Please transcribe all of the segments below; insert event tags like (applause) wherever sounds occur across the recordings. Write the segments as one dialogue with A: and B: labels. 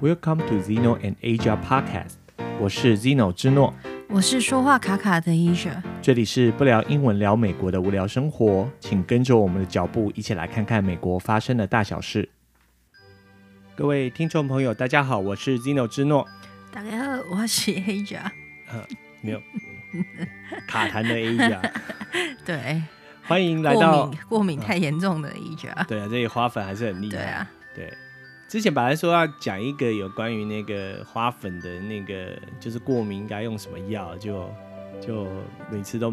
A: Welcome to Zeno and Asia Podcast，我是 Zeno 之诺，
B: 我是说话卡卡的 Asia。
A: 这里是不聊英文聊美国的无聊生活，请跟着我们的脚步一起来看看美国发生的大小事。各位听众朋友，大家好，我是 Zeno 之诺，
B: 大家好，我是 Asia。
A: 没有 (laughs) 卡痰的 Asia，
B: 对，
A: 欢迎来
B: 过
A: 到
B: 敏过敏太严重的 Asia。
A: 对啊，这里花粉还是很厉害。
B: 对啊，
A: 对，之前本来说要讲一个有关于那个花粉的那个，就是过敏应该用什么药，就就每次都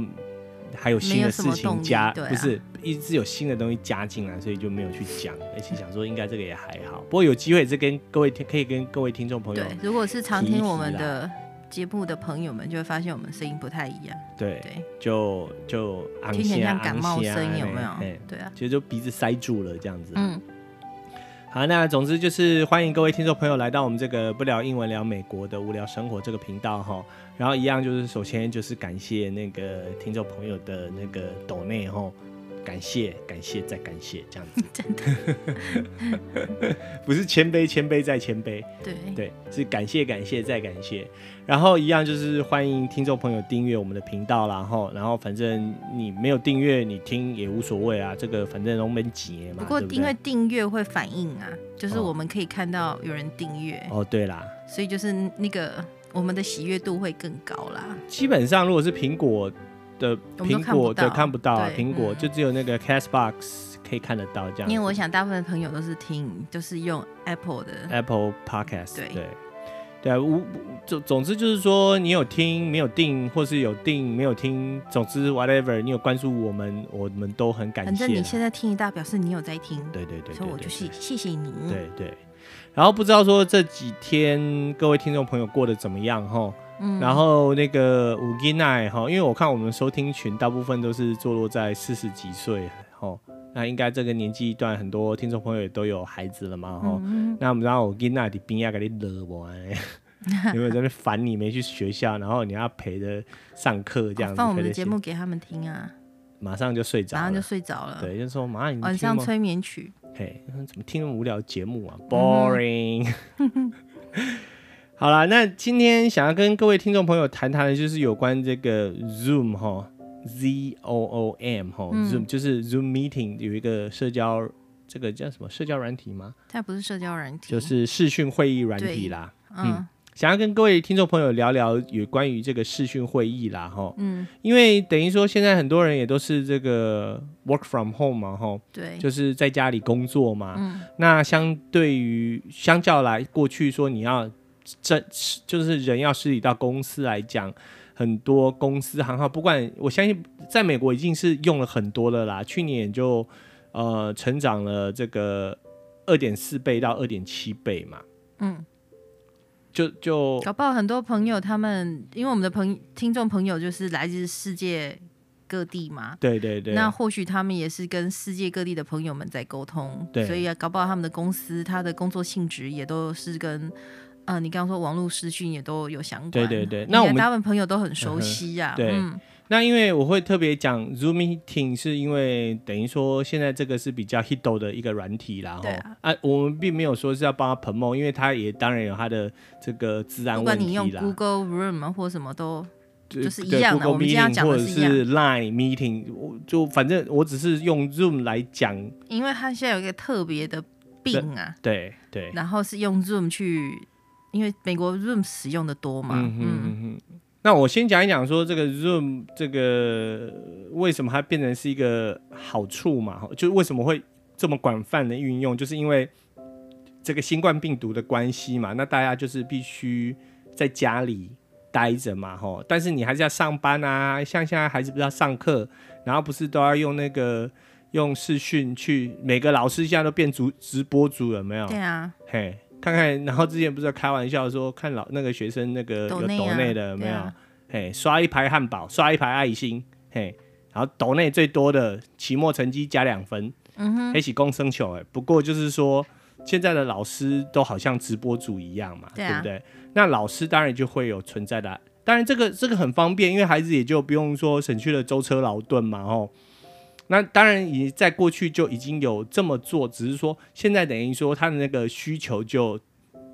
A: 还有新的事
B: 没有什么
A: 情
B: 动力
A: 加，
B: 对啊
A: 不是一直有新的东西加进来，所以就没有去讲。而且想说应该这个也还好，不过有机会是跟各位听，可以跟各位听众朋友
B: 对，如果是常
A: 提一
B: 听
A: 提
B: 我们
A: 啦哎
B: 的节目的朋友们，就会发现我们声音不太一样，
A: 对
B: 对，
A: 就就昂
B: 听起来
A: 啊
B: 像感冒
A: 昂啊
B: 声音有
A: 哎
B: 没有
A: 哎？
B: 对啊，
A: 其实就鼻子塞住了这样子。
B: 嗯，
A: 好，那总之就是欢迎各位听众朋友来到我们这个不聊英文聊美国的无聊生活这个频道哈。然后一样就是首先就是感谢那个听众朋友的那个抖内哈，感谢感谢再感谢这样子，
B: 真的，
A: 不是谦卑谦卑再谦卑，
B: 对，
A: 对，是感谢感谢再感谢。然后一样就是欢迎听众朋友订阅我们的频道啦哈。然后反正你没有订阅你听也无所谓啊，这个反正都没几年嘛。
B: 不过
A: 对不
B: 因为
A: 对
B: 订阅会反应啊，就是
A: 哦
B: 我们可以看到有人订阅，
A: 哦对啦，
B: 所以就是那个我们的喜悦度会更高啦。
A: 基本上如果是苹果的
B: 我们都
A: 苹果
B: 看不到
A: 对看不到啊，
B: 对
A: 苹果
B: 嗯
A: 就只有那个 Castbox 可以看得到这样子。
B: 因为我想大部分朋友都是听，就是用 Apple 的，
A: Apple Podcast
B: 对
A: 对对啊无总总之就是说你有听没有订，或是有订没有听，总之 whatever 你有关注我们，我们都很感
B: 反
A: 谢
B: 正
A: 啦。
B: 你现在听一大，表示你有在听，
A: 对对对对
B: 所以我
A: 对
B: 就是
A: 对
B: 谢谢你。
A: 对对。然后不知道说这几天各位听众朋友过得怎么样哈？
B: 嗯
A: 然后那个五金奈哈，因为我看我们收听群大部分都是坐落在四十几岁哈，那应该这个年纪段很多听众朋友也都有孩子了嘛哈。
B: 嗯，
A: 那我们然后五金奈的边亚给你惹我啊， (laughs) 有没有在那边烦你没去学校，然后你要陪着上课这样子？
B: 好哦放我们
A: 陪
B: 的
A: 着
B: 节
A: 写
B: 目给他们听啊，
A: 马上就睡着
B: 然后
A: 了
B: 就，睡着了。
A: 对，就说马上你
B: 晚
A: 听
B: 上
A: 吗
B: 催眠曲，
A: 嘿，嗯怎么听那么无聊的节目啊？Boring。好啦，那今天想要跟各位听众朋友谈谈的就是有关这个 Zoom 哈，Z O O M 哈、
B: 嗯
A: z o o m 就是 Zoom meeting 有一个社交这个叫什么社交软体吗？
B: 它不是社交软体，
A: 就是视讯会议软体
B: 对
A: 啦。
B: 嗯
A: 想要跟各位听众朋友聊聊有关于这个视讯会议啦哈，
B: 嗯，
A: 因为等于说现在很多人也都是这个 work from home 嘛哈，
B: 对，
A: 就是在家里工作嘛。
B: 哎嗯
A: 那相对于相较来过去说，你要真就是人要实体到公司来讲，很多公司行号，不管我相信在美国已经是用了很多了啦，去年也就呃成长了这个二点四倍到二点七倍嘛，
B: 嗯，哦
A: 就就
B: 搞不好很多朋友他们，因为我们的朋听众朋友就是来自世界各地嘛。
A: 对对对，啊
B: 那或许他们也是跟世界各地的朋友们在沟通，
A: 对
B: 所以啊，搞不好他们的公司、他的工作性质也都是跟，呃，你刚刚说网络视讯也都有相关。
A: 对对对
B: 应
A: 那
B: 该
A: 我们
B: 大部分朋友都很熟悉啊。
A: 嗯哼对
B: 嗯
A: 那因为我会特别讲 Zoom Meeting，是因为等于说现在这个是比较 hit 的一个软体啦，
B: 对
A: 哈
B: 啊
A: 啊，我们并没有说是要帮他 promo，因为它也当然有它的这个治安
B: 不
A: 问
B: 管你
A: 题
B: 用
A: 啦，
B: Google Room 或什么都，
A: 对
B: 就是一
A: 对
B: 样的
A: Google
B: 我们今天要
A: Meeting
B: 讲的
A: 或
B: 是
A: 者是 Line Meeting，我就反正我只是用 Zoom 来讲，
B: 因为他现在有一个特别的病啊，
A: 对对，
B: 然后是用 Zoom 去，因为美国 Zoom 使用的多嘛，
A: 嗯哼
B: 嗯，
A: 嗯哼。那我先讲一讲说这个 Zoom 这个呃为什么它变成是一个好处嘛，哈就是为什么会这么广泛的运用，就是因为这个新冠病毒的关系嘛，那大家就是必须在家里待着嘛，哈，但是你还是要上班啊，像现在孩子不是要上课，然后不是都要用那个用视讯去，每个老师现在都变直直播主了没有？
B: 对啊，
A: 嘿，看看，然后之前不是开玩笑说，看老那个学生那个有
B: 抖内
A: 抖
B: 啊
A: 内的有没
B: 对
A: 有？
B: 啊
A: 嘿，刷一排汉堡，刷一排爱心，嘿，然后抖内最多的期末成绩加两分，
B: 嗯哼，
A: 黑起共生球，哎，不过就是说。现在的老师都好像直播主一样嘛，
B: 对啊
A: 不对？那老师当然就会有存在的，当然这个这个很方便，因为孩子也就不用说省去了舟车劳顿嘛，吼。那当然，已在过去就已经有这么做，只是说现在等于说他的那个需求就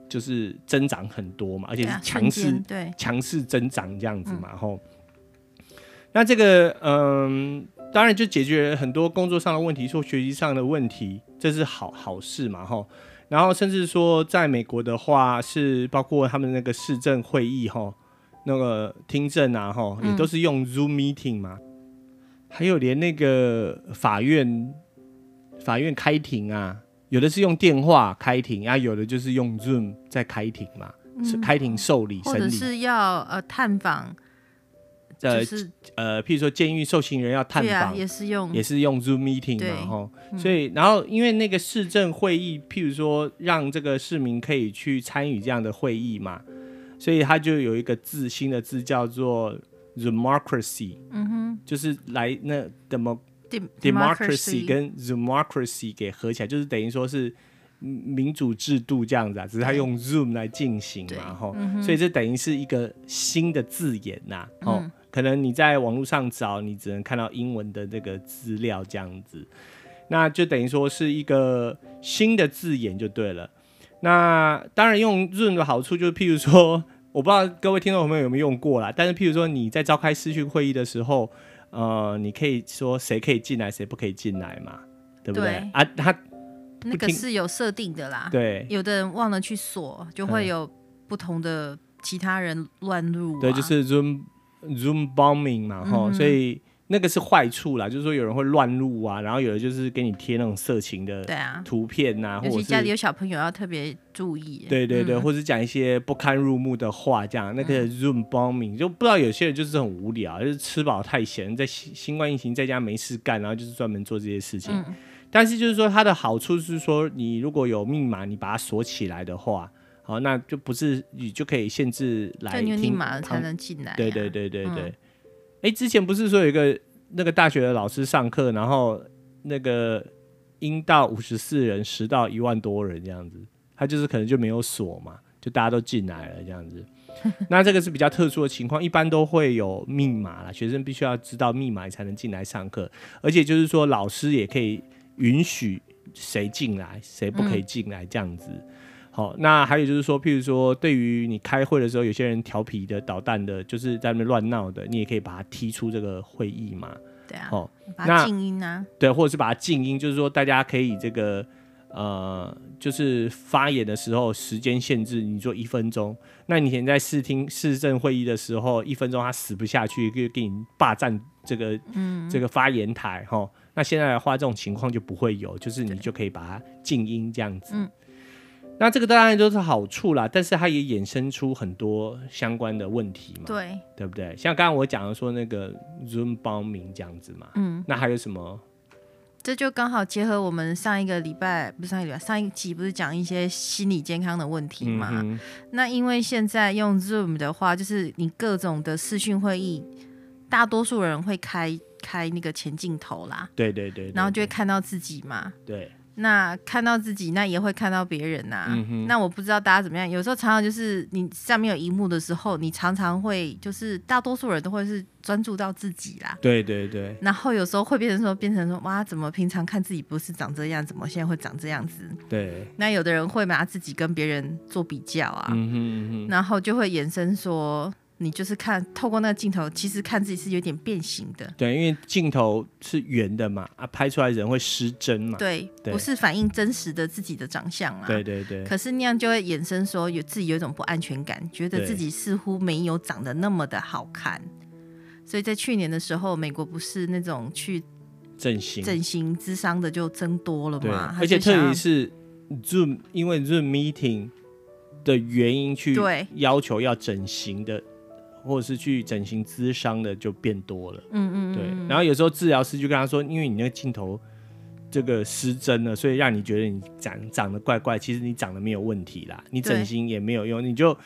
A: 就是增长很多嘛，而且
B: 对
A: 是
B: 啊，
A: 强
B: 瞬
A: 势
B: 间对，嗯
A: 强势增长这样子嘛，吼、那这个嗯，当然就解决了很多工作上的问题，说学习上的问题，这是好好事嘛，吼。然后甚至说，在美国的话，是包括他们那个市政会议，吼，那个听证啊，吼，
B: 嗯
A: 也都是用 Zoom meeting 嘛。还有连那个法院，法院开庭啊，有的是用电话开庭啊，有的就是用 Zoom 在开庭嘛，是开庭受理、
B: 嗯或
A: 审
B: 者
A: 理。
B: 是要呃探访，
A: 呃
B: 就是
A: 呃，譬如说监狱受刑人要探
B: 对啊，
A: 访，
B: 也是用
A: 也是用 Zoom meeting
B: 对嗯
A: 嘛，吼、所以然后因为那个市政会议，譬如说让这个市民可以去参与这样的会议嘛，所以它就有一个字新的字叫做 democracy，嗯哼，就是来那 demo
B: dem-
A: democracy 跟 democracy 给合起来，就是等于说是嗯民主制度这样子啊，只是它
B: 对
A: 用 Zoom 来进行
B: 对
A: 嘛，吼、所以这等于是一个新的字眼呐、哦，可能你在网络上找，你只能看到英文的这个资料这样子，那就等于说是一个新的字眼就对了。那当然用 Zoom 的好处就是，譬如说， (laughs) 我不知道各位听众朋友有没有用过啦，但是譬如说你在召开视讯会议的时候，呃，你可以说谁可以进来，谁不可以进来嘛，对不对？
B: 对啊
A: 啊，他
B: 那个
A: 听
B: 是有设定的啦，
A: 对
B: 有的人忘了去锁，就会
A: 嗯
B: 有不同的其他人乱入、啊，嗯
A: 对，就是 Zoom Zoom bombing 嘛，哈、所以那个是坏处啦，就是说有人会乱入啊，然后有的就是给你贴那种色情的
B: 对啊，
A: 图片呐、或
B: 尤
A: 者
B: 其
A: 是
B: 家里有小朋友要特别注意，嗯
A: 对对对，或是讲一些不堪入目的话，这样那个 Zoom bombing 就不知道有些人就是很无聊，就是吃饱太闲，在新新冠疫情在家没事干，然后就是专门做这些事
B: 嗯
A: 情。但是就是说它的好处是说，你如果有密码，你把它锁起来的话，好，那就不是你就可以限制来
B: 对，你有密
A: 听
B: 码了才
A: 旁
B: 能进来、啊，
A: 对对对对对。哎、之前不是说有一个那个大学的老师上课，然后那个阴到五十四人，十到一万多人这样子，他就是可能就没有锁嘛，就大家都进来了这样子。 (laughs) 那这个是比较特殊的情况，一般都会有密码啦，学生必须要知道密码才能进来上课，而且就是说老师也可以允许谁进来，谁不可以进来这样子。好，那还有就是说，譬如说，对于你开会的时候，有些人调皮的、捣蛋的，就是在那边乱闹的，你也可以把他踢出这个会议嘛。
B: 对啊，
A: 哦，
B: 把
A: 那
B: 它静音啊，
A: 对，或者是把它静音，就是说大家可以这个呃，就是发言的时候时间限制，你说一分钟。那你以前在试听市政会议的时候，一分钟他死不下去，就给你霸占这个、这个发言台哈。齁那现在的话，这种情况就不会有，就是你就可以把它静音这样子。那这个当然都是好处啦，但是它也衍生出很多相关的问题嘛。
B: 对，
A: 对不对？像刚刚我讲的说那个 Zoom 包名这样子嘛，嗯，那还有什么？
B: 这就刚好结合我们上一个礼拜，不是上一个礼拜，上一集不是讲一些心理健康的问题嘛？
A: 嗯哼
B: 那因为现在用 Zoom 的话，就是你各种的视讯会议，大多数人会开开那个前镜头啦，
A: 对对对对，
B: 然后就会看到自己嘛。
A: 对
B: 那看到自己，那也会看到别人呐、啊
A: 嗯
B: 那我不知道大家怎么样，有时候常常就是你上面有荧幕的时候，你常常会就是大多数人都会是专注到自己啦。
A: 对对对
B: 然后有时候会变成说，变成说，哇，怎么平常看自己不是长这样，怎么现在会长这样子？
A: 对，
B: 那有的人会拿自己跟别人做比较啊，
A: 嗯哼嗯哼，
B: 然后就会衍生说，你就是看透过那个镜头，其实看自己是有点变形的，
A: 对，因为镜头是圆的嘛，啊，拍出来人会失真嘛，
B: 对，
A: 嗯对
B: 不是反映真实的自己的长相啊。
A: 对对对，
B: 可是那样就会衍生说，有自己有一种不安全感，觉得
A: 对
B: 自己似乎没有长得那么的好看。所以在去年的时候，美国不是那种去
A: 嗯阵型，
B: 整形咨商的就增多了
A: 对，
B: 嘛？他
A: 而且
B: 就想
A: 特
B: 要
A: 别是 Zoom，因为 Zoom meeting 的原因去
B: 对
A: 要求要整形的，或者是去整形咨商的就变多了。嗯嗯对。然后有时候治疗师就跟他说，因为你那个镜头这个失真了，所以让你觉得你长长得怪怪，其实你长得没有问题啦，你
B: 对
A: 整形也没有用，你就。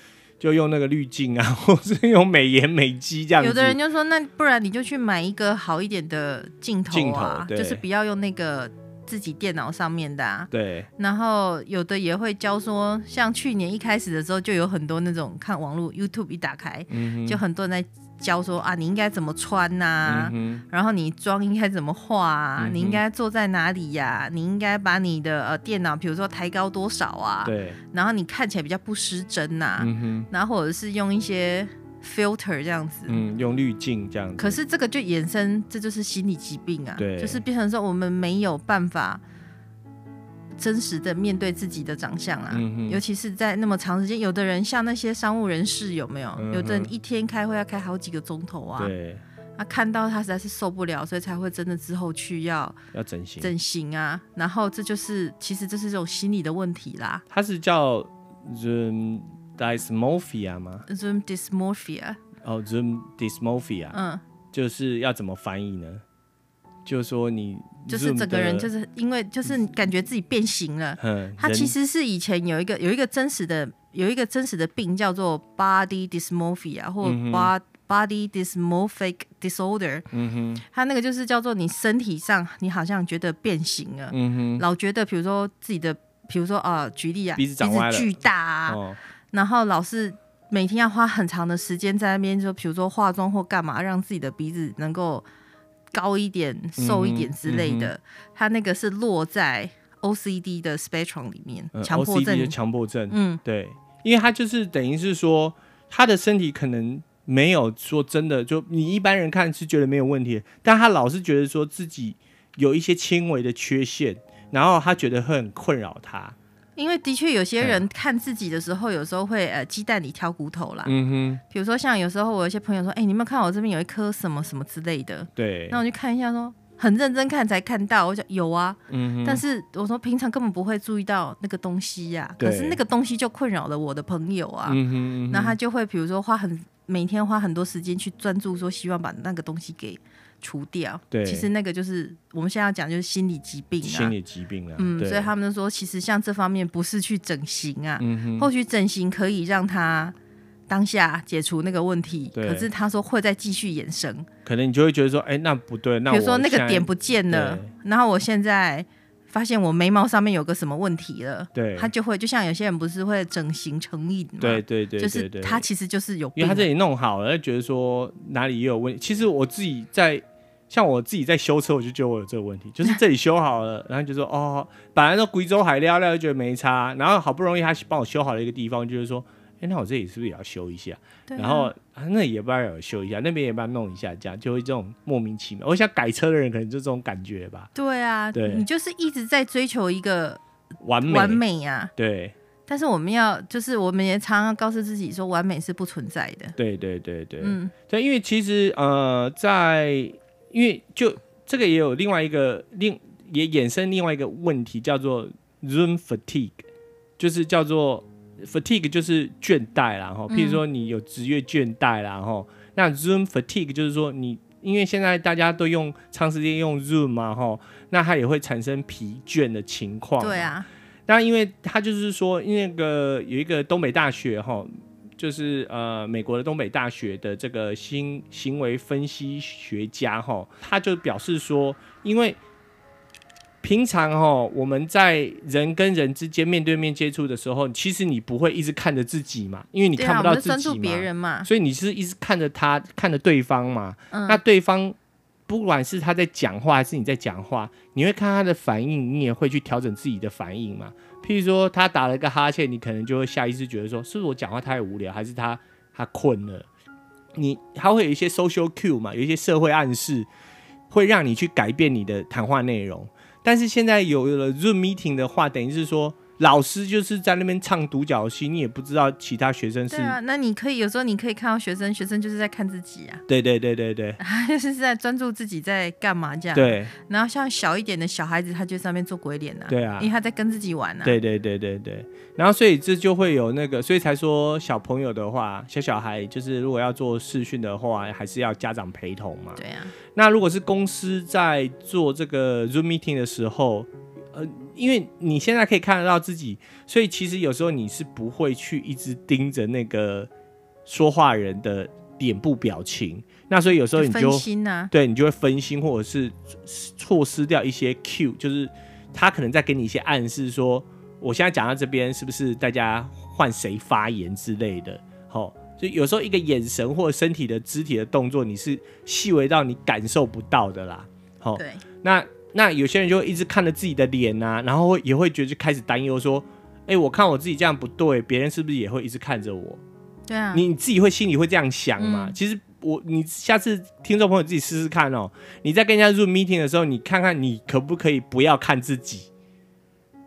A: 就用那个滤镜啊， (laughs) 或是用美颜美肌这样子。
B: 有的人就说，那不然你就去买一个好一点的镜头啊，
A: 镜头对
B: 就是不要用那个自己电脑上面的啊。
A: 对
B: 然后有的也会教说，
A: 嗯
B: 像去年一开始的时候，就有很多那种看网络 YouTube 一打开，就很多人在教说啊，你应该怎么穿呐、
A: 嗯
B: 然后你妆应该怎么化、啊，你应该坐在哪里呀、你应该把你的呃电脑，比如说抬高多少啊，
A: 对，
B: 然后你看起来比较不失真呐、
A: 嗯哼，
B: 然后或者是用一些 filter 这样子。
A: 嗯，用滤镜这样子。
B: 可是这个就衍生，这就是心理疾病啊，
A: 嗯对
B: 就是变成说我们没有办法真实的面对自己的长相啊，
A: 嗯哼
B: 尤其是在那么长时间，有的人像那些商务人士有没有？
A: 嗯哼
B: 有的人一天开会要开好几个钟头啊，
A: 对，
B: 啊，看到他实在是受不了，所以才会真的之后去要
A: 要整形。
B: 整形啊，然后这就是其实这是一种心理的问题啦
A: 它是叫 Zoom dysmorphia 吗？
B: ，zoom dysmorphia，
A: 哦，Zoom dysmorphia，、
B: 嗯，
A: 就是要怎么翻译呢？就是说你，
B: 就是整个人就是是因为就是感觉自己变形了。
A: 嗯，
B: 它
A: 人
B: 其实是以前有一个有一个真实的有一个真实的病叫做 body dysmorphia 或 bod、body dysmorphic disorder，
A: 嗯哼，
B: 它那个就是叫做你身体上你好像觉得变形了，
A: 嗯
B: 老觉得比如说自己的，比如说啊、举例啊，
A: 鼻子长歪了
B: 巨大啊，
A: 哼，哦，
B: 然后老是每天要花很长的时间在那边，就比如说化妆或干嘛，让自己的鼻子能够高一点、瘦一点之类
A: 嗯
B: 的。它那个是落在 OCD 的 spectrum 里面，
A: 嗯
B: 强迫
A: OCD 的
B: 症。
A: 强迫症，
B: 嗯，
A: 对，因为他就是等于是说，他的身体可能没有说真的，就你一般人看是觉得没有问题的，但他老是觉得说自己有一些轻微的缺陷，然后他觉得会很困扰
B: 啊
A: 他。
B: 因为的确有些
A: 嗯
B: 人看自己的时候，有时候会呃鸡蛋里挑骨头啦。
A: 嗯
B: 比如说像有时候我有些朋友说，哎、你有没有看我这边有一颗什么什么之类的？
A: 哼，对
B: 那，我就看一下说。很认真看才看到，我就有啊，
A: 嗯
B: 但是我说平常根本不会注意到那个东西呀、
A: 对
B: 可是那个东西就困扰了我的朋友啊，
A: 嗯哼，
B: 那他就会比如说花很每天花很多时间去专注，说希望把那个东西给除掉。
A: 对
B: 其实那个就是我们现在要讲就是心理疾病
A: 心
B: 啊，
A: 理疾病啊，
B: 嗯，
A: 对
B: 所以他们就说其实像这方面不是去整形啊，
A: 嗯哼，
B: 或许整形可以让他。当下解除那个问题，
A: 对
B: 可是他说会再继续衍生，
A: 可能你就会觉得说，哎，那不对，那
B: 比如说
A: 我
B: 那
A: 现
B: 个
A: 在
B: 点不见了
A: 对，
B: 然后我现在发现我眉毛上面有个什么问题了，
A: 对
B: 他就会就像有些人不是会整形成瘾嘛，
A: 对对对，
B: 就
A: 对
B: 是
A: 对
B: 他其实就是有
A: 因
B: 病啊
A: 为他，这里弄好了，就觉得说哪里也有问题。其实我自己在，像我自己在修车，我就觉得我有这个问题，就是这里修好了，然后就说哦，本来都贵州海料料就觉得没差，然后好不容易他帮我修好了一个地方，就是说，哎，那我这里是不是也要修一下？
B: 对啊
A: 然后、啊、那里也不要有修一下，那边也不要弄一下，这样就会这种莫名其妙。我想改车的人可能就这种感觉吧，
B: 对啊，
A: 对
B: 你就是一直在追求一个
A: 完美，
B: 完美啊，
A: 对
B: 但是我们要就是我们也常常告诉自己说完美是不存在的，
A: 对对对对，
B: 嗯，
A: 对，因为其实呃，在因为就这个也有另外一个另也衍生另外一个问题，叫做 Zoom fatigue，就是叫做 fatigue 就是倦怠啦，
B: 嗯
A: 哈，譬如说你有职业倦怠啦，哈、那 Zoom fatigue 就是说你因为现在大家都用长时间用 Zoom 嘛，哈，那它也会产生疲倦的情况，
B: 对。啊，
A: 那因为他就是说，因为那个有一个东北大学哈，就是呃美国的东北大学的这个新行为分析学家哈，他就表示说，因为平常哈我们在人跟人之间面对面接触的时候，其实你不会一直看着自己嘛，因为你
B: 对
A: 看
B: 啊，
A: 不
B: 我
A: 到
B: 们就
A: 自己嘛，
B: 专注别人嘛，
A: 所以你是一直看着他，看着对方嘛。
B: 啊嗯
A: 那对方不管是他在讲话还是你在讲话，你会看他的反应，你也会去调整自己的反应嘛。譬如说他打了个哈欠，你可能就会下意识觉得说，是不是我讲话太无聊，还是他他困了？你他会有一些 social cue 嘛，有一些社会暗示，会让你去改变你的谈话内容。但是现在有了 Zoom meeting 的话，等于是说老师就是在那边唱独角戏，你也不知道其他学生是
B: 对啊，那你可以有时候你可以看到学生，学生就是在看自己啊，
A: 对对对对对
B: 他 (laughs) 就是在专注自己在干嘛这样，
A: 对
B: 然后像小一点的小孩子，他就在上面做鬼脸呐、啊，
A: 对啊
B: 因为他在跟自己玩呐、啊，
A: 对对对对对。然后所以这就会有那个，所以才说小朋友的话，小小孩就是如果要做视讯的话，还是要家长陪同嘛。
B: 对啊，
A: 那如果是公司在做这个 Zoom meeting 的时候，呃，因为你现在可以看得到自己，所以其实有时候你是不会去一直盯着那个说话人的脸部表情。那所以有时候你就
B: 分心啊呐、
A: 对你就会分心，或者是错失掉一些 cue，就是他可能在给你一些暗示说，我现在讲到这边是不是大家换谁发言之类的，好、就有时候一个眼神或者身体的肢体的动作，你是细微到你感受不到的啦。好、
B: 对，
A: 那那有些人就会一直看着自己的脸啊，然后会也会觉得就开始担忧说，哎、我看我自己这样不对，别人是不是也会一直看着我？
B: 对啊，
A: 你你自己会心里会这样想嘛？
B: 嗯
A: 其实我你下次听众朋友自己试试看哦，你在跟人家 Zoom meeting 的时候，你看看你可不可以不要看自己，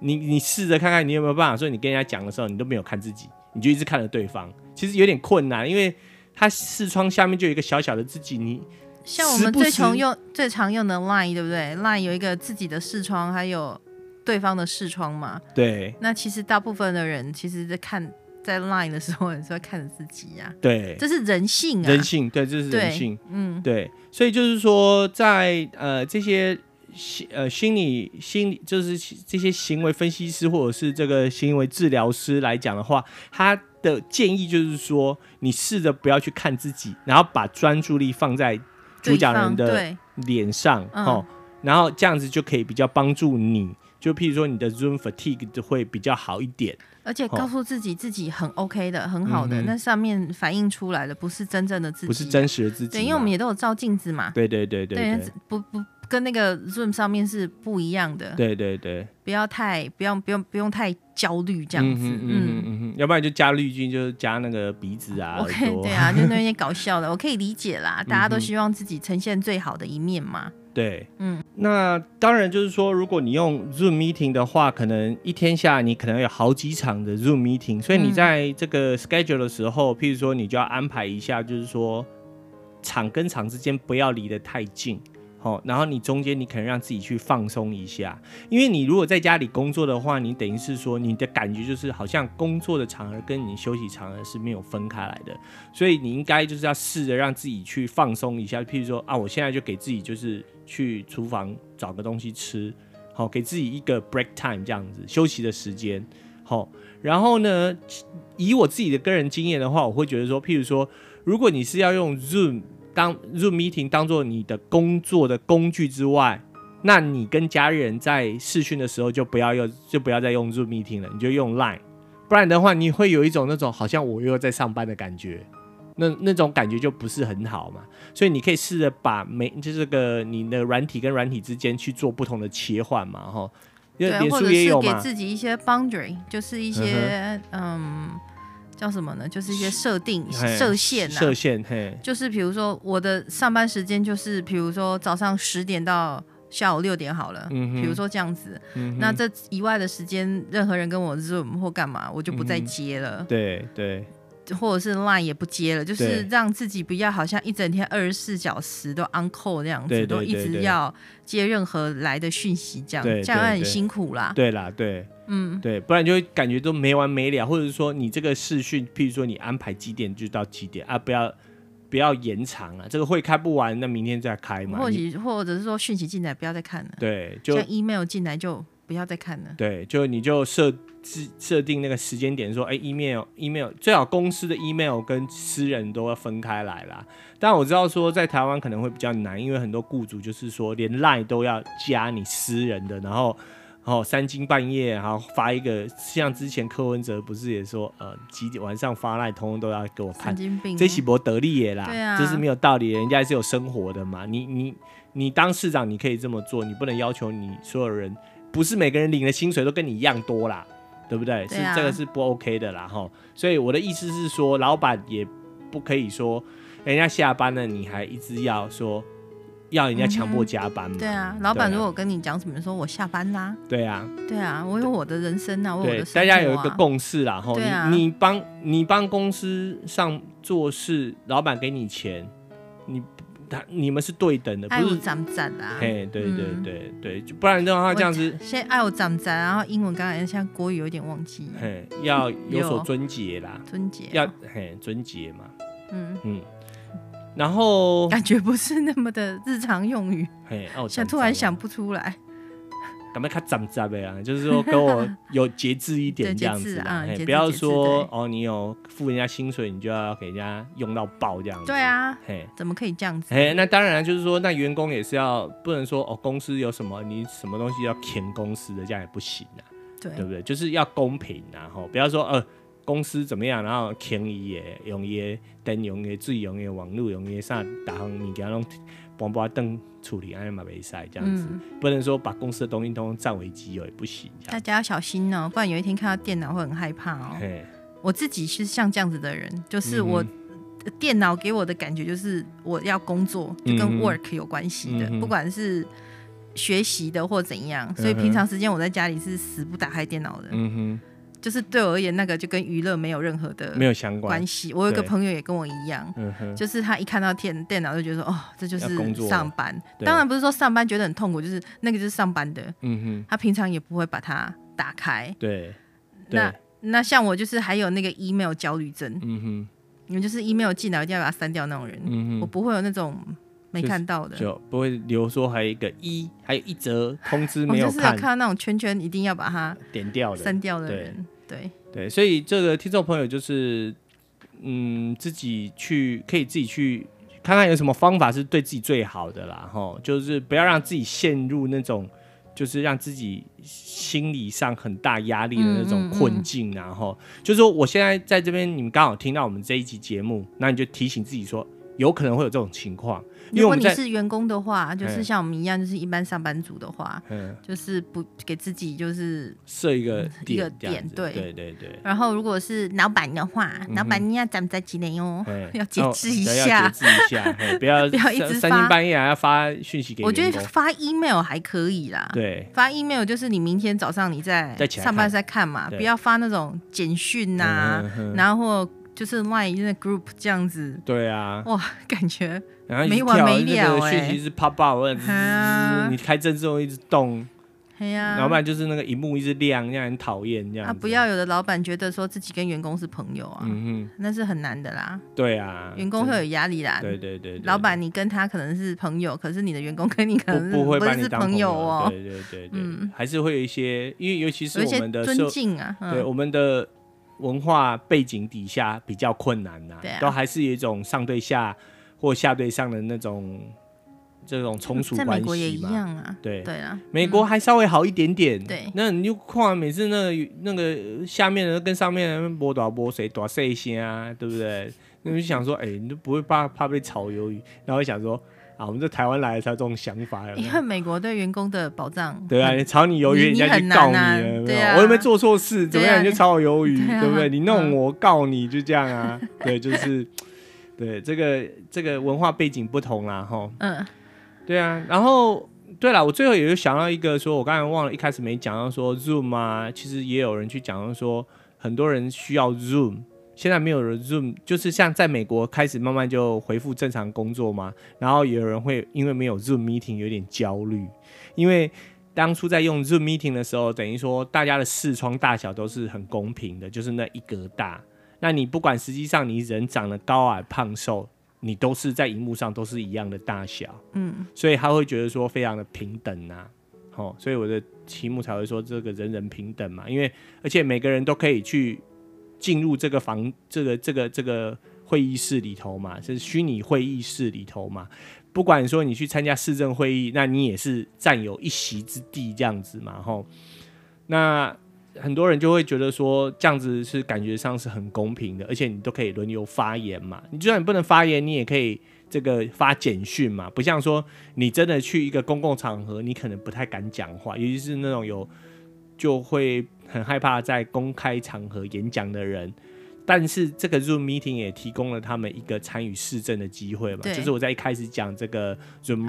A: 你你试着看看你有没有办法说你跟人家讲的时候，你都没有看自己，你就一直看着对方，其实有点困难，因为他视窗下面就有一个小小的自己，你
B: 像我
A: 时
B: 们
A: 不
B: 最
A: 时
B: 常用、最常用的 Line，对不对？Line 有一个自己的视窗，还有对方的视窗嘛。
A: 对
B: 那其实大部分的人其实在看在 Line 的时候，也是会看着自己呀、
A: 对。
B: 这是人性啊。
A: 人性，对，这是人
B: 对
A: 性，
B: 嗯，
A: 对，所以就是说在，呃这些心呃心理心理就是这些行为分析师或者是这个行为治疗师来讲的话，他的建议就是说，你试着不要去看自己，然后把专注力放在主
B: 对
A: 讲人
B: 方
A: 的哦
B: 对
A: 脸上，
B: 嗯
A: 哦，然后这样子就可以比较帮助你。就譬如说，你的 Zoom fatigue 就会比较好一点，
B: 而且
A: 哦
B: 告诉自己自己很 OK 的、很好的，
A: 嗯哼
B: 那上面反映出来的不是真正的自己，啊
A: 不是真实的自己嘛。啊
B: 对，因为我们也都有照镜子嘛，
A: 对对对对对
B: 不不跟那个 Zoom 上面是不一样的，
A: 对对对。
B: 不要太不要不用不用太焦虑这样子，
A: 嗯哼嗯哼嗯哼，要不然就加滤镜，就是加那个鼻子
B: (laughs)
A: 啊、耳
B: OK，
A: 朵，
B: 对啊，就那些搞笑的，我可以理解
A: (laughs)
B: 啦。
A: 嗯
B: 大家都希望自己呈现最好的一面嘛。
A: 对
B: 嗯，
A: 那当然就是说，如果你用 Zoom meeting 的话，可能一天下来你可能有好几场的 Zoom meeting，所以你
B: 嗯
A: 在这个 schedule 的时候，譬如说你就要安排一下，就是说场跟场之间不要离得太近。哦，然后你中间你可能让自己去放松一下，因为你如果在家里工作的话，你等于是说你的感觉就是好像工作的场合跟你休息场合是没有分开来的，所以你应该就是要试着让自己去放松一下，譬如说啊，我现在就给自己就是去厨房找个东西吃，好、给自己一个 break time 这样子休息的时间，好、然后呢，以我自己的个人经验的话，我会觉得说，譬如说，如果你是要用 Zoom 当 Zoom meeting 当做你的工作的工具之外，那你跟家人在视讯的时候就不要用，就不要再用 Zoom meeting 了，你就用 Line，不然的话，你会有一种那种好像我又在上班的感觉。那那种感觉就不是很好嘛，所以你可以试着把每就是这个你的软体跟软体之间去做不同的切换嘛，哈，因为
B: 对，啊
A: 脸
B: 或
A: 书
B: 者
A: 也
B: 是
A: 有
B: 给
A: 嘛，
B: 自己一些 boundary，就是一些嗯叫什么呢？就是一些设定
A: 嘿
B: 设限
A: 设
B: 啊。
A: 限，嘿，
B: 就是比如说我的上班时间就是，比如说早上十点到下午六点好了，
A: 嗯哼
B: 比如说这样子。
A: 嗯哼
B: 那这以外的时间，任何人跟我 Zoom 或干嘛，我就不再
A: 嗯哼
B: 接了。
A: 对对
B: 或者是 Line 也不接了，就是
A: 对
B: 让自己不要好像一整天二十四小时都 on call 那样子，
A: 对对
B: 都一
A: 对
B: 直
A: 对
B: 要接任何来的讯息，这样
A: 对
B: 这样
A: 对
B: 很
A: 对
B: 辛苦啦。
A: 对啦，对
B: 嗯，
A: 对，不然就会感觉都没完没了，或者说你这个视讯，譬如说你安排几点就到几点啊，不要不要延长啊，这个会开不完，那明天再开嘛。
B: 或
A: 你
B: 许或者是说讯息进来不要再看了，
A: 对，就
B: 像 email 进来就不要再看了。
A: 对，就你就设置设定那个时间点，说，哎，email email 最好公司的 email 跟私人都要分开来啦。但我知道说在台湾可能会比较难，因为很多雇主就是说连 line 都要加你私人的，然后。哦，三更半夜，然后发一个，像之前柯文哲不是也说，呃，几点晚上发赖，通通都要给我看
B: 神，经病，
A: 这喜博得利耶啦，
B: 嗯对啊
A: 这是没有道理的，人家还是有生活的嘛。你你你当市长，你可以这么做，你不能要求你所有人，不是每个人领的薪水都跟你一样多啦，对不对？
B: 对啊
A: 是这个是不 OK 的啦哈。所以我的意思是说，老板也不可以说人家下班了，你还一直要说要人家强迫加班嘛。
B: 对啊，老板
A: 对啊
B: 如果跟你讲什么，说我下班啦，
A: 对啊，
B: 对啊，我有我的人生啊，我有我
A: 对
B: 的，生活、
A: 大
B: 啊、
A: 家有一个共识啦，吼，
B: 对啊
A: 你你帮你帮公司上做事，老板给你钱，你他你们是对等的，
B: 爱
A: 不
B: 哎我
A: 是？
B: 长展啦，
A: 嘿，对对
B: 嗯
A: 对对，就不然的话
B: 我
A: 啊这样子，
B: 先爱我长展，然后英文刚才像国语有点忘记，
A: 嘿，
B: (laughs)
A: 要有所
B: 有
A: 尊节啦，
B: 春节
A: 要嘿尊节嘛，
B: 嗯。
A: 嗯，然后
B: 感觉不是那么的日常用语，
A: 嘿，哦，
B: 想突然想，不出来。
A: 赶快看长杂呗啊，就是说跟
B: (laughs)
A: 我有节制一点
B: 对
A: 这样子
B: 节制
A: 啦
B: 啊，节
A: 嘿，
B: 制
A: 不要
B: 节制
A: 说
B: 对
A: 哦，你有付人家薪水，你就要给人家用到爆这样子，
B: 对，啊，
A: 嘿。
B: 怎么可以这样子？
A: 哎，那当然就是说，那员工也是要不能说哦，公司有什么你什么东西要填公司的，这样也不行啊，对
B: 对
A: 不对？就是要公平啊，吼，不要说呃，公司怎么样，然后轻伊的用伊的灯用伊的水用伊的网络用伊的啥，逐项物件拢搬搬凳处理，安尼嘛袂使这样
B: 嗯
A: 子，不能说把公司的东西都占为己有也不行这
B: 大
A: 样。
B: 家要小心哦，不然有一天看到电脑会很害怕哦。
A: 嘿，
B: 我自己是像这样子的人，就是
A: 嗯哼
B: 我、呃电脑给我的感觉就是我要工作，就跟
A: 嗯哼
B: work 有关系的，
A: 嗯哼
B: 不管是学习的或怎样。所以
A: 嗯哼
B: 平常时间我在家里是死不打开电脑的，
A: 嗯
B: 就是对我而言，那个就跟娱乐没有任何的
A: 哼，没有相关
B: 关，系。我有一个
A: 对
B: 朋友也跟我一样。
A: 嗯哼，
B: 就是他一看到电电脑就觉得说，哦，这就
A: 要工作
B: 是上班。
A: 对
B: 当然不是说上班觉得很痛苦，就是那个就是上班的，
A: 嗯哼，
B: 他平常也不会把它打开。
A: 对，对，
B: 那那像我就是还有那个 email 焦虑症，
A: 嗯哼，
B: 你们就是 email 进来我一定要把它删掉那种人，
A: 嗯
B: 我
A: 哼，
B: 不会有那种没看到的。
A: 就不会留说还有一个一，还有一则通知没
B: 我哦就
A: 有
B: 是有
A: 看
B: 看，到那种圈圈，一定要把它
A: 点掉了。
B: 删掉的人。对，
A: 对，所以这个听众朋友就是，嗯，自己去可以自己去看看有什么方法是对自己最好的啦，吼，就是不要让自己陷入那种就是让自己心理上很大压力的那种困境、啊，然
B: 嗯
A: 后、就是说我现在在这边，你们刚好听到我们这一期节目，那你就提醒自己说，有可能会有这种情况，因为
B: 如
A: 我
B: 果
A: 们
B: 你
A: 在
B: 是员工的话，就是
A: 嗯
B: 像我们一样，就是一般上班族的话，
A: 嗯
B: 就是不给自己就是。
A: 设一个
B: 嗯一个
A: 点这样
B: 点
A: 子，
B: 对
A: 对对对。
B: 然后如果是老板的话，
A: 嗯哼
B: 老板你要咱们在几点哦？
A: 哎
B: 要节制一
A: 哦对
B: 下
A: 要节制一下，
B: (laughs)
A: 嘿不要
B: 不要一直
A: 三
B: 发
A: 更半夜还要发讯息给员工。
B: 我觉得发 email 还可以啦。
A: 对，
B: 发 email 就是你明天早上你在
A: 再起来看
B: 上班再看嘛，
A: 对
B: 不要发那种简讯呐、
A: 嗯哼哼
B: 然后就是 Line 那 group 这样子， (laughs)
A: 对啊，
B: 哇，感觉
A: 然后一直
B: 没完
A: 跳
B: 没
A: 那
B: 了
A: 个讯
B: 欸
A: 息是 pop up，或者滋
B: 啊
A: 你开震之后一直动，
B: 哎呀、
A: 然后不然就是那个荧幕一直亮，让人讨厌这样
B: 啊，
A: 子
B: 不，要有的老板觉得说自己跟员工是朋友啊，
A: 嗯
B: 那是很难的啦，
A: 哼，对啊，
B: 员工会
A: 真
B: 有压力啦。
A: 对对对，对
B: 老板你跟他可能是朋友，可是你的员工跟你可
A: 不
B: 能是
A: 不会把你
B: 是
A: 当
B: 朋
A: 友啊
B: 哦，
A: 对对对对
B: 嗯，
A: 还是会有一些，因为尤其是
B: 有一
A: 我
B: 些
A: 们的
B: 尊
A: 社
B: 敬啊，
A: 对
B: 嗯，
A: 我们的文化背景底下比较困难呐、
B: 对啊
A: 都还是有一种上对下或下对上的那种这种从属
B: 在
A: 关系嘛。
B: 美国也一样啊，
A: 对
B: 对啊，
A: 美国还稍微好一点点，
B: 对
A: 那你就看每次那个那个下面的跟上面的波多波谁多谁些啊，对不对？那你就想说，哎、你都不会怕怕被炒鱿鱼，然后想说啊，我们这台湾来的才有这种想法，有没有
B: 因为美国对员工的保障，
A: 啊对啊，你炒你鱿鱼，人
B: 你
A: 家就
B: 你很
A: 告你
B: 难啊
A: 了，有没
B: 对
A: 有
B: 啊
A: 我又没做错事，怎么
B: 对啊
A: 样你就炒我鱿鱼，
B: (laughs) 对啊
A: 对不对？你弄
B: 嗯
A: 我，告你，就这样啊。对，就是，对这个这个文化背景不同啦，哈。
B: 嗯，
A: 对啊，然后对了，我最后也就想到一个说，我刚才忘了一开始没讲到说 Zoom 啊，其实也有人去讲到说，很多人需要 Zoom。现在没有人 Zoom，就是像在美国开始慢慢就恢复正常工作嘛，然后也有人会因为没有 Zoom meeting 有点焦虑，因为当初在用 Zoom meeting 的时候，等于说大家的视窗大小都是很公平的，就是那一格大。那你不管实际上你人长得高矮胖瘦，你都是在荧幕上都是一样的大小。所以他会觉得说非常的平等啊，哦，所以我的题目才会说这个人人平等嘛，因为而且每个人都可以去进入这个房这个这个这个会议室里头嘛，就是虚拟会议室里头嘛。不管说你去参加市政会议，那你也是占有一席之地这样子嘛，吼。那很多人就会觉得说这样子是感觉上是很公平的，而且你都可以轮流发言嘛。你就算你不能发言，你也可以这个发简讯嘛，不像说你真的去一个公共场合，你可能不太敢讲话，尤其是那种有就会很害怕在公开场合演讲的人。但是这个 Zoom meeting 也提供了他们一个参与市政的机会嘛，
B: 对
A: 就是我在一开始讲这个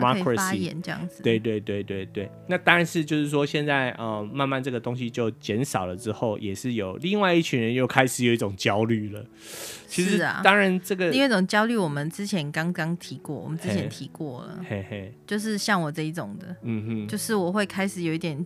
B: 他可以发
A: democracy
B: 言这样子，
A: 对对对对对，那当然是就是说，现在呃，慢慢这个东西就减少了之后，也是有另外一群人又开始有一种焦虑了。其实
B: 是啊
A: 当然这个，
B: 另外一种焦虑，我们之前刚刚提过，我们之
A: 嘿
B: 前提过了，
A: 嘿嘿，
B: 就是像我这一种的，
A: 嗯哼，
B: 就是我会开始有一点
A: 就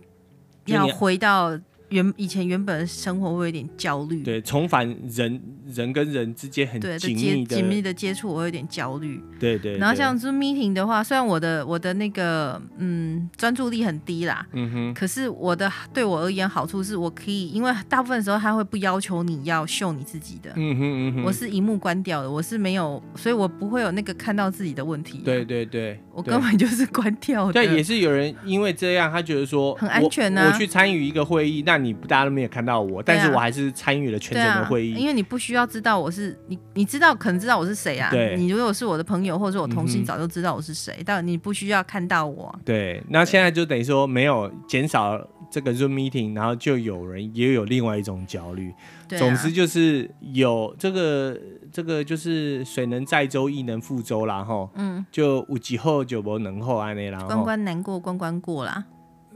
A: 你
B: 要回到原以前原本的生活，会有点焦虑，
A: 对，重返人人跟人之间很
B: 对的
A: 紧
B: 接
A: 密的，
B: 紧密的接触，我会有点焦虑。
A: 对对。
B: 然后
A: 对
B: 像 Zoom meeting 的话，虽然我的我的那个嗯专注力很低啦，
A: 嗯哼，
B: 可是我的对我而言好处是我可以，因为大部分时候他会不要求你要秀你自己的。
A: 嗯哼嗯哼，
B: 我是荧幕关掉的，我是没有，所以我不会有那个看到自己的问题、啊
A: 对，对对，
B: 我
A: 对
B: 根本就是关掉的。
A: 对，也是有人因为这样，他觉得说
B: 很安全
A: 我。我
B: 啊
A: 去参与一个会议，那然你大家都没有看到我，但是我还是参与了全
B: 对
A: 程
B: 啊
A: 的，会议。
B: 因为你不需要知道我是你，你知道可能知道我是谁啊
A: 对。
B: 你如果是我的朋友或者是我同
A: 嗯
B: 事，
A: 哼
B: 你早就知道我是谁，但你不需要看到我啊。
A: 对，那现在就等于说没有减少这个 Zoom meeting，然后就有人也有另外一种焦虑。
B: 对啊
A: 总之就是有这个这个就是水能载舟，亦能覆舟啦吼。嗯，就有几后就无能后安尼啦
B: 关
A: 吼。
B: 关难过关关过啦，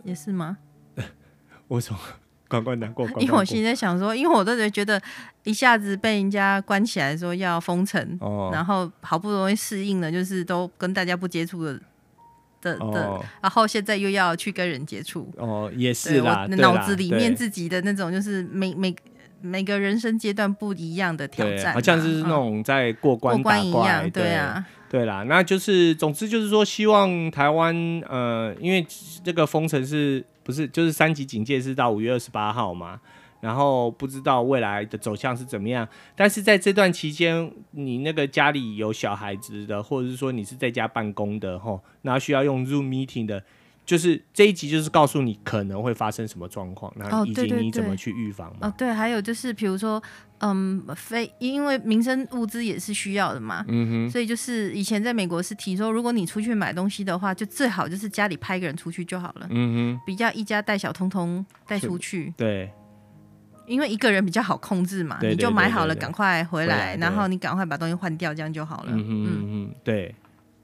B: 也是吗？
A: 我从关关难过关关
B: 因为我
A: 过
B: 心里在想说，因为我都觉得一下子被人家关起来说要封城，
A: 哦
B: 然后好不容易适应了，就是都跟大家不接触的的的，
A: 哦
B: 然后现在又要去跟人接触，
A: 哦，也是
B: 对
A: 啦，
B: 我
A: 对
B: 脑
A: 啦
B: 子里
A: 对
B: 面自己的那种就是每每每个人生阶段不一样的挑
A: 对
B: 战啊，
A: 好像是那
B: 嗯
A: 种在过
B: 过
A: 关打
B: 关一
A: 怪
B: 样，
A: 对
B: 对啊，
A: 对啦，那就是总之就是说，希望台湾呃，因为这个封城是不是就是三级警戒是到五月二十八号嘛？然后不知道未来的走向是怎么样，但是在这段期间，你那个家里有小孩子的，或者是说你是在家办公的吼，然后需要用 Zoom meeting 的，就是这一集就是告诉你可能会发生什么状况，那
B: 哦
A: 以
B: 对
A: 及
B: 对
A: 你怎么
B: 对
A: 去预防嘛。
B: 哦，对，还有就是比如说，嗯，非因为民生物资也是需要的嘛，嗯哼，所以就是以前在美国是提说，如果你出去买东西的话，就最好就是家里派一个人出去就好了，
A: 嗯哼，
B: 比较一家带小通通带出去，
A: 对
B: 因为一个人比较好控制嘛，
A: 对
B: 你
A: 对
B: 就
A: 对
B: 买
A: 对
B: 好了
A: 对
B: 赶快回
A: 回来
B: 来，然
A: 对
B: 后你赶快把东西换掉，这样就好了，
A: 嗯哼
B: 嗯，
A: 嗯哼，对，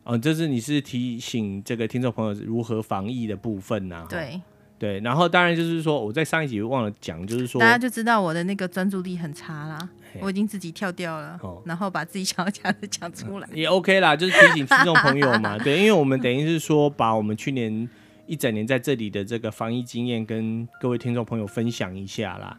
A: 哦，这是你是提醒这个听众朋友如何防疫的部分呐、哈
B: 对，
A: 对，然后当然就是说，我在上一集忘了讲，就是说
B: 大，家就知道我的那个专注力很差啦
A: 嘿，
B: 我已经自己跳掉了，
A: 哦
B: 然后把自己想要讲的讲出
A: (laughs)
B: 来，
A: 也 OK 啦，就是提醒听众朋友
B: (laughs)
A: 嘛，对，因为我们等于是说把我们去年一整年在这里的这个防疫经验跟各位听众朋友分享一下啦，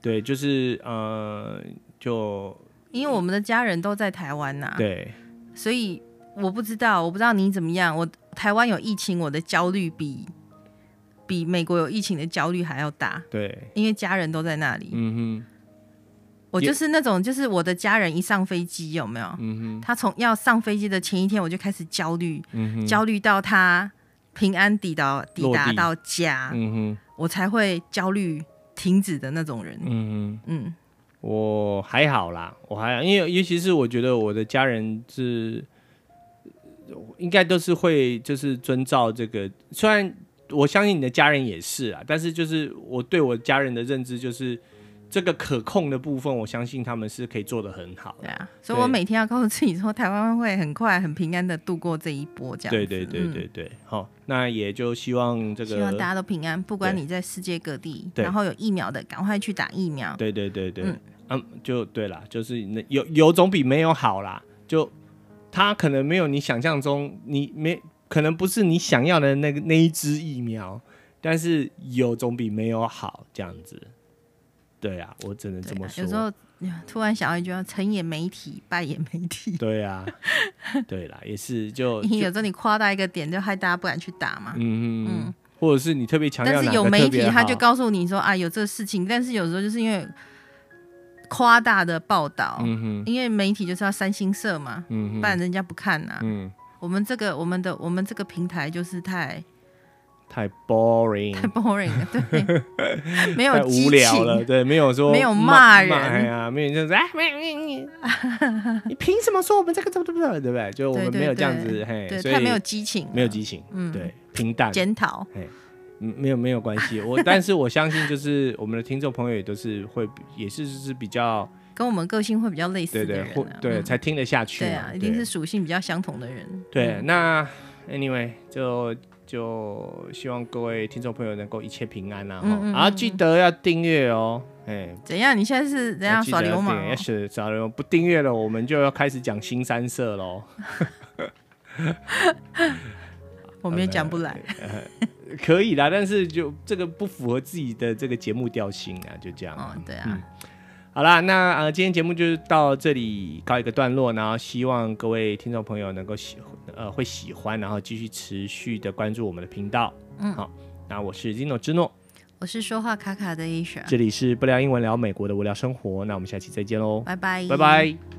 A: 对，就是呃，就
B: 因为我们的家人都在台湾呐，
A: 对，
B: 所以我不知道，我不知道你怎么样。我台湾有疫情，我的焦虑比比美国有疫情的焦虑还要大，
A: 对，
B: 因为家人都在那里。
A: 嗯
B: 我就是那种，就是我的家人一上飞机，有没有？
A: 嗯
B: 他从要上飞机的前一天，我就开始焦虑，
A: 哼，嗯哼，
B: 焦虑到他平安抵达抵
A: 落
B: 达
A: 地
B: 到家，
A: 嗯哼，
B: 我才会焦虑停止的那种人。
A: 嗯哼。
B: 嗯，
A: 我还好啦，我还好，因为尤其是我觉得我的家人是呃应该都是会就是遵照这个，虽然我相信你的家人也是啊，但是就是我对我家人的认知就是这个可控的部分，我相信他们是可以做得很好
B: 对
A: 的。
B: 啊，所以我
A: 对
B: 每天要告诉自己说，台湾会很快、很平安的度过这一波，这样
A: 对
B: 子。
A: 对对
B: 嗯
A: 对对，好、那也就希望这
B: 希望大
A: 个，
B: 家都平安，不管
A: 对
B: 你在世界各地，
A: 对
B: 然后有疫苗的赶快去打疫苗。
A: 对对对对，嗯
B: 啊嗯
A: 就对啦，就是那有有总比没有好啦，就它可能没有你想象中，你没可能不是你想要的那个那一支疫苗，但是有总比没有好这样子。对啊，我只能
B: 对
A: 这
B: 啊
A: 么说。
B: 有时候呀突然想到一句话：成也媒体，败也媒
A: (laughs)
B: 体。
A: 对啊，对啦，也是就
B: 因为
A: 哦就
B: 有时候 (laughs) 你夸大一个点，就害大家不敢去打嘛。
A: 嗯嗯
B: 嗯，
A: 或者是你特别强调
B: 但
A: 哪
B: 是
A: 个
B: 有媒
A: 特
B: 体
A: 别
B: 他就
A: 好
B: 告诉你说啊，有这个事情，但是有时候就是因为夸大的报道，
A: 嗯哼
B: 因为媒体就是要三星社嘛，
A: 嗯哼
B: 不然人家不看呐、
A: 嗯，
B: 我们这个我们的我们这个平台就是太
A: 太 boring，
B: 太 boring 了，对，
A: (laughs)
B: 没有
A: 太
B: 激
A: 无
B: 情
A: 聊了，对，没有说
B: 没有
A: 骂
B: 骂
A: 哎
B: 人
A: 呀，没有这样子，哎，没有你，
B: (laughs)
A: 你你凭什么说我们这个怎么怎么怎么，对不对？就我们
B: 对对
A: 没有这样子，
B: 对
A: 嘿，
B: 对，
A: 所
B: 太
A: 以
B: 没有激情了，
A: 没有激情，
B: 嗯
A: 对，平淡，
B: 检讨。
A: 嗯没有没有关系。我但是我相信，就是我们的听众朋友也都是会，也是就是比较
B: 跟我们个性会比较类似
A: 对
B: 的
A: 对
B: 人、
A: 或
B: 啊，
A: 对
B: 嗯
A: 才听得下去
B: 对
A: 嘛
B: 啊，，一定是属性比较相同的人。
A: 对。
B: 嗯
A: 那 anyway 就。就希望各位听众朋友能够一切平安啦、啊！
B: 嗯嗯
A: 啊，
B: 嗯
A: 记得要订阅哦，哎，
B: 怎样？你现在是怎样
A: 要记得
B: 耍流氓
A: 订
B: 哦、
A: 阅是耍流氓，不订阅了，我们就要开始讲新三色喽。
B: 我们也讲不来。
A: 可以啦，但是就这个不符合自己的这个节目调性啊，就这样啊。
B: 哦，对啊，
A: 好啦，那呃，今天节目就到这里告一个段落，然后希望各位听众朋友能够喜呃会喜欢，然后继续持续的关注我们的频道。嗯，好，那我是 Zino 之诺，
B: 我是说话卡卡的 Asia，
A: 这里是不聊英文聊美国的无聊生活，那我们下期再见喽，
B: 拜拜，
A: 拜拜